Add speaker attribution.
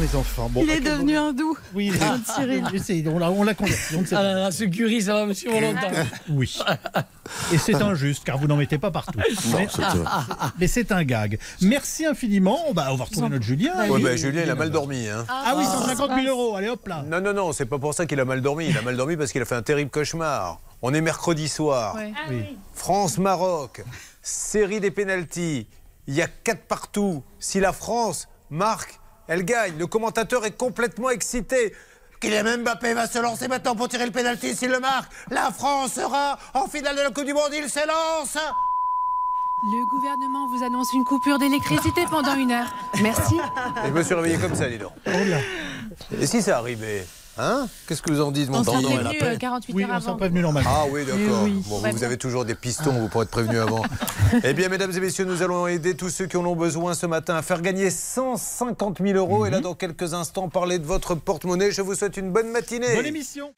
Speaker 1: mes enfants. Bon,
Speaker 2: Il
Speaker 1: bah,
Speaker 2: est
Speaker 1: quel
Speaker 2: devenu
Speaker 1: bon-
Speaker 2: hindou.
Speaker 1: Oui, il est- Mais c'est- on l'a, on l'a converti, on ne sait
Speaker 3: Ah
Speaker 1: pas.
Speaker 3: là là, ce curry, ça va monsieur pour longtemps.
Speaker 1: Oui. Et c'est injuste, car vous n'en mettez pas partout.
Speaker 4: Non,
Speaker 1: Mais,
Speaker 4: c'est vrai.
Speaker 1: mais c'est un gag. Merci infiniment. Bah, on va retrouver notre Julien.
Speaker 4: Ouais,
Speaker 1: Oui.
Speaker 4: bah, Julien, il a mal dormi. Hein.
Speaker 1: Ah oui, 150 000 euros. Allez, hop là.
Speaker 4: Non, non, non, c'est pas pour ça qu'il a mal dormi. Il a mal dormi parce qu'il a fait un terrible cauchemar. On est mercredi soir.
Speaker 2: Ouais.
Speaker 4: France-Maroc, série des pénalties. Il y a quatre partout. Si la France marque, elle gagne. Le commentateur est complètement excité. Kylian Mbappé va se lancer maintenant pour tirer le pénalty s'il le marque. La France sera en finale de la Coupe du Monde. Il s'élance.
Speaker 2: Le gouvernement vous annonce une coupure d'électricité pendant une heure. Merci.
Speaker 4: Et je me suis réveillé comme ça, dis donc. Et si ça arrivait Hein Qu'est-ce que vous en dites, mon
Speaker 2: On s'est
Speaker 4: tonton
Speaker 2: prévenu euh, 48
Speaker 1: Oui,
Speaker 2: heures
Speaker 1: on s'en
Speaker 2: avant.
Speaker 1: prévenu normalement.
Speaker 4: Ah oui, d'accord.
Speaker 2: Eh oui.
Speaker 4: Bon,
Speaker 2: Ouais,
Speaker 4: vous, vous
Speaker 2: bon.
Speaker 4: avez toujours des pistons, vous pourrez être prévenu avant. eh bien, mesdames et messieurs, nous allons aider tous ceux qui en ont besoin ce matin à faire gagner 150 000 euros. Et là, dans quelques instants, parlez de votre porte-monnaie. Je vous souhaite une bonne matinée.
Speaker 1: Bonne émission.